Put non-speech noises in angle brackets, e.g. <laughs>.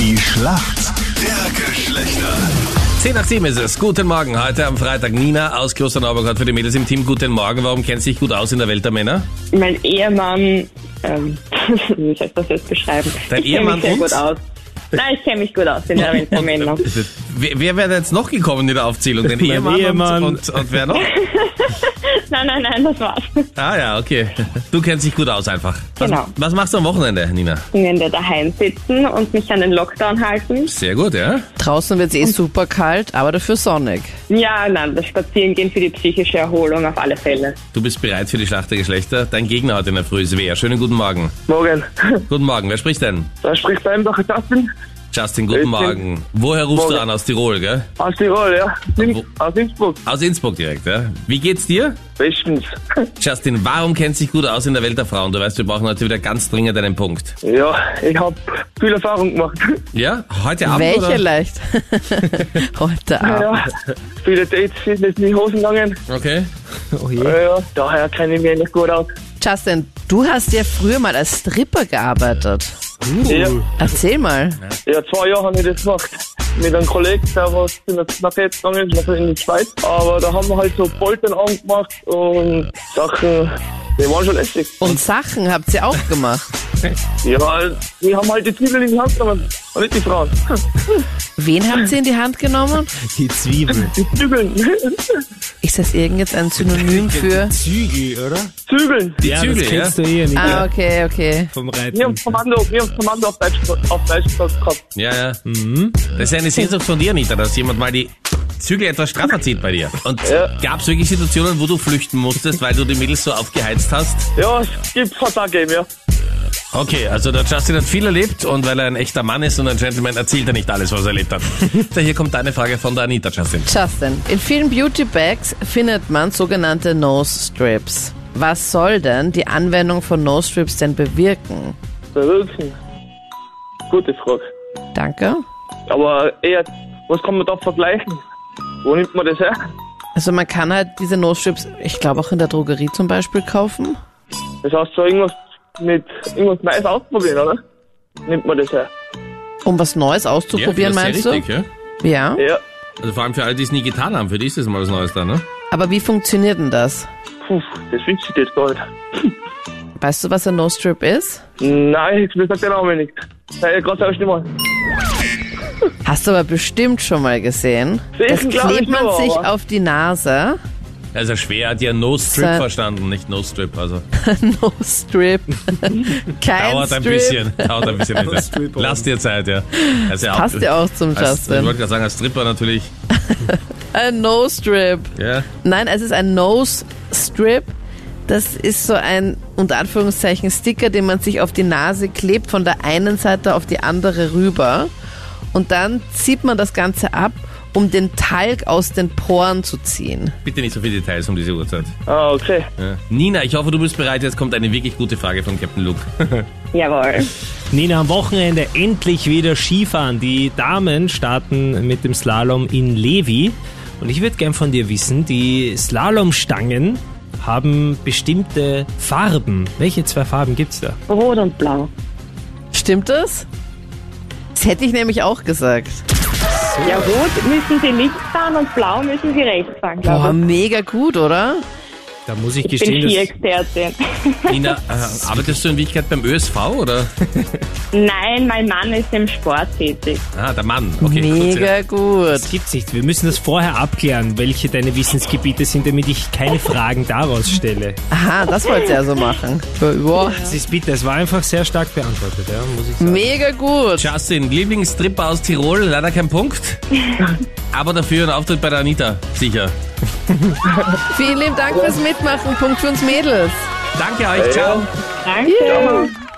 Schlacht der Geschlechter. 10 nach 7 ist es. Guten Morgen. Heute am Freitag Nina aus Klosterneuburg für die Mädels im Team. Guten Morgen. Warum kennt sie sich gut aus in der Welt der Männer? Mein Ehemann, ähm, <laughs> wie soll ich das jetzt beschreiben? Dein ich kenne Ehemann mich sehr und? gut aus. Nein, ich kenne mich gut aus in der Welt der Männer. Wer, wer wäre jetzt noch gekommen in der Aufzählung? Dein Mein Ehemann, und- Ehemann. Und, und wer noch? Nein, nein, nein, das war's. Ah ja, okay. Du kennst dich gut aus einfach. Was, Genau. was machst du am Wochenende, Nina? Wochenende daheim sitzen und mich an den Lockdown halten. Sehr gut, ja? Draußen wird es eh super kalt, aber dafür sonnig. Ja, nein, das Spazierengehen für die psychische Erholung auf alle Fälle. Du bist bereit für die Schlacht der Geschlechter. Dein Gegner heute in der Früh ist wer? Schönen guten Morgen. Morgen. Guten Morgen. Wer spricht denn? Da spricht der Einbacher Justin Justin, guten Ich bin- Morgen. Woher rufst du Morgen. an? Aus Tirol, gell? aus Tirol, ja. Wo- Nim, aus Innsbruck. Aus Innsbruck direkt, ja? Wie geht's dir? Bestens. Justin, warum kennt sich gut aus in der Welt der Frauen? Du weißt, wir brauchen heute wieder ganz dringend einen Punkt. Ja, ich hab viel Erfahrung gemacht. Ja? Heute Abend Welche oder? leicht? <laughs> Heute Ah. Abend. Ja, viele Dates sind jetzt in die Hosen gegangen. Okay. Ja, daher kenne ich mich nicht gut aus. Justin, du hast ja früher mal als Stripper gearbeitet. Ja, Erzähl mal. ja, zwei Jahre habe ich das gemacht. Mit einem Kollegen, der war sind wir nach jetzt gegangen, also in die Schweiz. Aber da haben wir halt so Poltern angemacht und Sachen, die waren schon lässig. Und Sachen habt ihr auch gemacht. Ja, die haben halt die Zwiebeln in die Hand genommen und nicht die Frauen. Wen habt ihr in die Hand genommen? Die Zwiebel. Die Zwiebeln. <laughs> Ist das irgend jetzt ein Synonym für... Zügel, oder? Zwiebeln. Die ja, Zügel, das ja? kennst du eh nicht Ah, okay, okay. vom Wir Reiten. haben Kommando, wir haben Kommando auf Deutsch, auf Deutsch gehabt. Ja, ja. Mhm. Das ist eine Sehnsucht von dir, Nita, dass jemand mal die Zügel etwas straffer zieht bei dir. Und Ja. gab es wirklich Situationen, wo du flüchten musstest, weil du die Mädels so aufgeheizt hast? Ja, es gibt Vertrag eben, ja. Okay, also der Justin hat viel erlebt und weil er ein echter Mann ist und ein Gentleman, erzählt er nicht alles, was er erlebt <laughs> hat. so, hier kommt deine Frage von der Anita, Justin. Justin, in vielen Beauty-Bags findet man sogenannte Nose-Strips. Was soll denn die Anwendung von Nose-Strips denn bewirken? Verwirken. Gute Frage. Danke. Aber eher, was kann man da vergleichen? Wo nimmt man das her? Also man kann halt diese Nose-Strips, ich glaube auch in der Drogerie zum Beispiel kaufen. Das heißt so irgendwas mit irgendwas Neues ausprobieren, oder? Nimmt man das her? Um was Neues ja, das auszuprobieren, meinst ist ja richtig, Ja? du? Ja. Ja. Also vor allem für alle, die es nie getan haben, für die ist das mal was Neues da, ne? Aber wie funktioniert denn das? Puh, das wünsche ich jetzt gar nicht. Weißt du, was ein Nose-Strip ist? Nein, ich weiß den Namen nicht. Nein, gerade sag ich nicht mal. Hast du aber bestimmt schon mal gesehen. Sicher, Das glaub ich klebt man nur, sich aber- auf die Nase. <laughs> Also schwer hat ja No-Strip Sir. verstanden, nicht No-Strip, also <laughs> Nose-Strip. Kein dauert ein Strip. bisschen, dauert ein bisschen. Nita. Strip on. Lass dir Zeit, ja. Also auch- Passt ja auch zum als, Ich Justin. wollte gerade sagen, als Stripper natürlich, Ein Nose-Strip. ja. Nein, es ist ein Nose Strip. Das ist so ein unter Anführungszeichen Sticker, den man sich auf die Nase klebt, von der einen Seite auf die andere rüber. Und dann zieht man das Ganze ab, um den Talg aus den Poren zu ziehen. Bitte nicht so viele Details um diese Uhrzeit. Ah, okay. Ja. Nina, ich hoffe, du bist bereit. Jetzt kommt eine wirklich gute Frage von Captain <laughs> Luke. Jawohl. Nina, am Wochenende endlich wieder Skifahren. Die Damen starten mit dem Slalom in Levi. Und ich würde gern von dir wissen, die Slalomstangen haben bestimmte Farben. Welche zwei Farben gibt's da? Rot und blau. Stimmt das? Das hätte ich nämlich auch gesagt. Ja, rot müssen sie links fahren und blau müssen sie rechts fahren, Boah, glaube mega gut, oder? Da muss ich ich. Ich bin gestehen, dass... Skiexpertin. Nina, äh, arbeitest du in Wirklichkeit beim ÖSV oder? Nein, mein Mann ist im Sport tätig. Ah, der Mann. Okay, gut, ja. mega gut. Das gibt's nicht. Wir müssen das vorher abklären, welche deine Wissensgebiete sind, damit ich keine Fragen daraus stelle. Aha, das wollt ihr also machen. Boah, Das ist bitte, es war einfach sehr stark beantwortet, ja, muss ich sagen. mega gut. Justin, Lieblingstripper aus Tirol, leider kein <laughs> Punkt. Aber dafür ein Auftritt bei der Anita, sicher. Vielen lieben Dank fürs Mitmachen. Punkt für uns Mädels. Danke euch, ciao. Danke.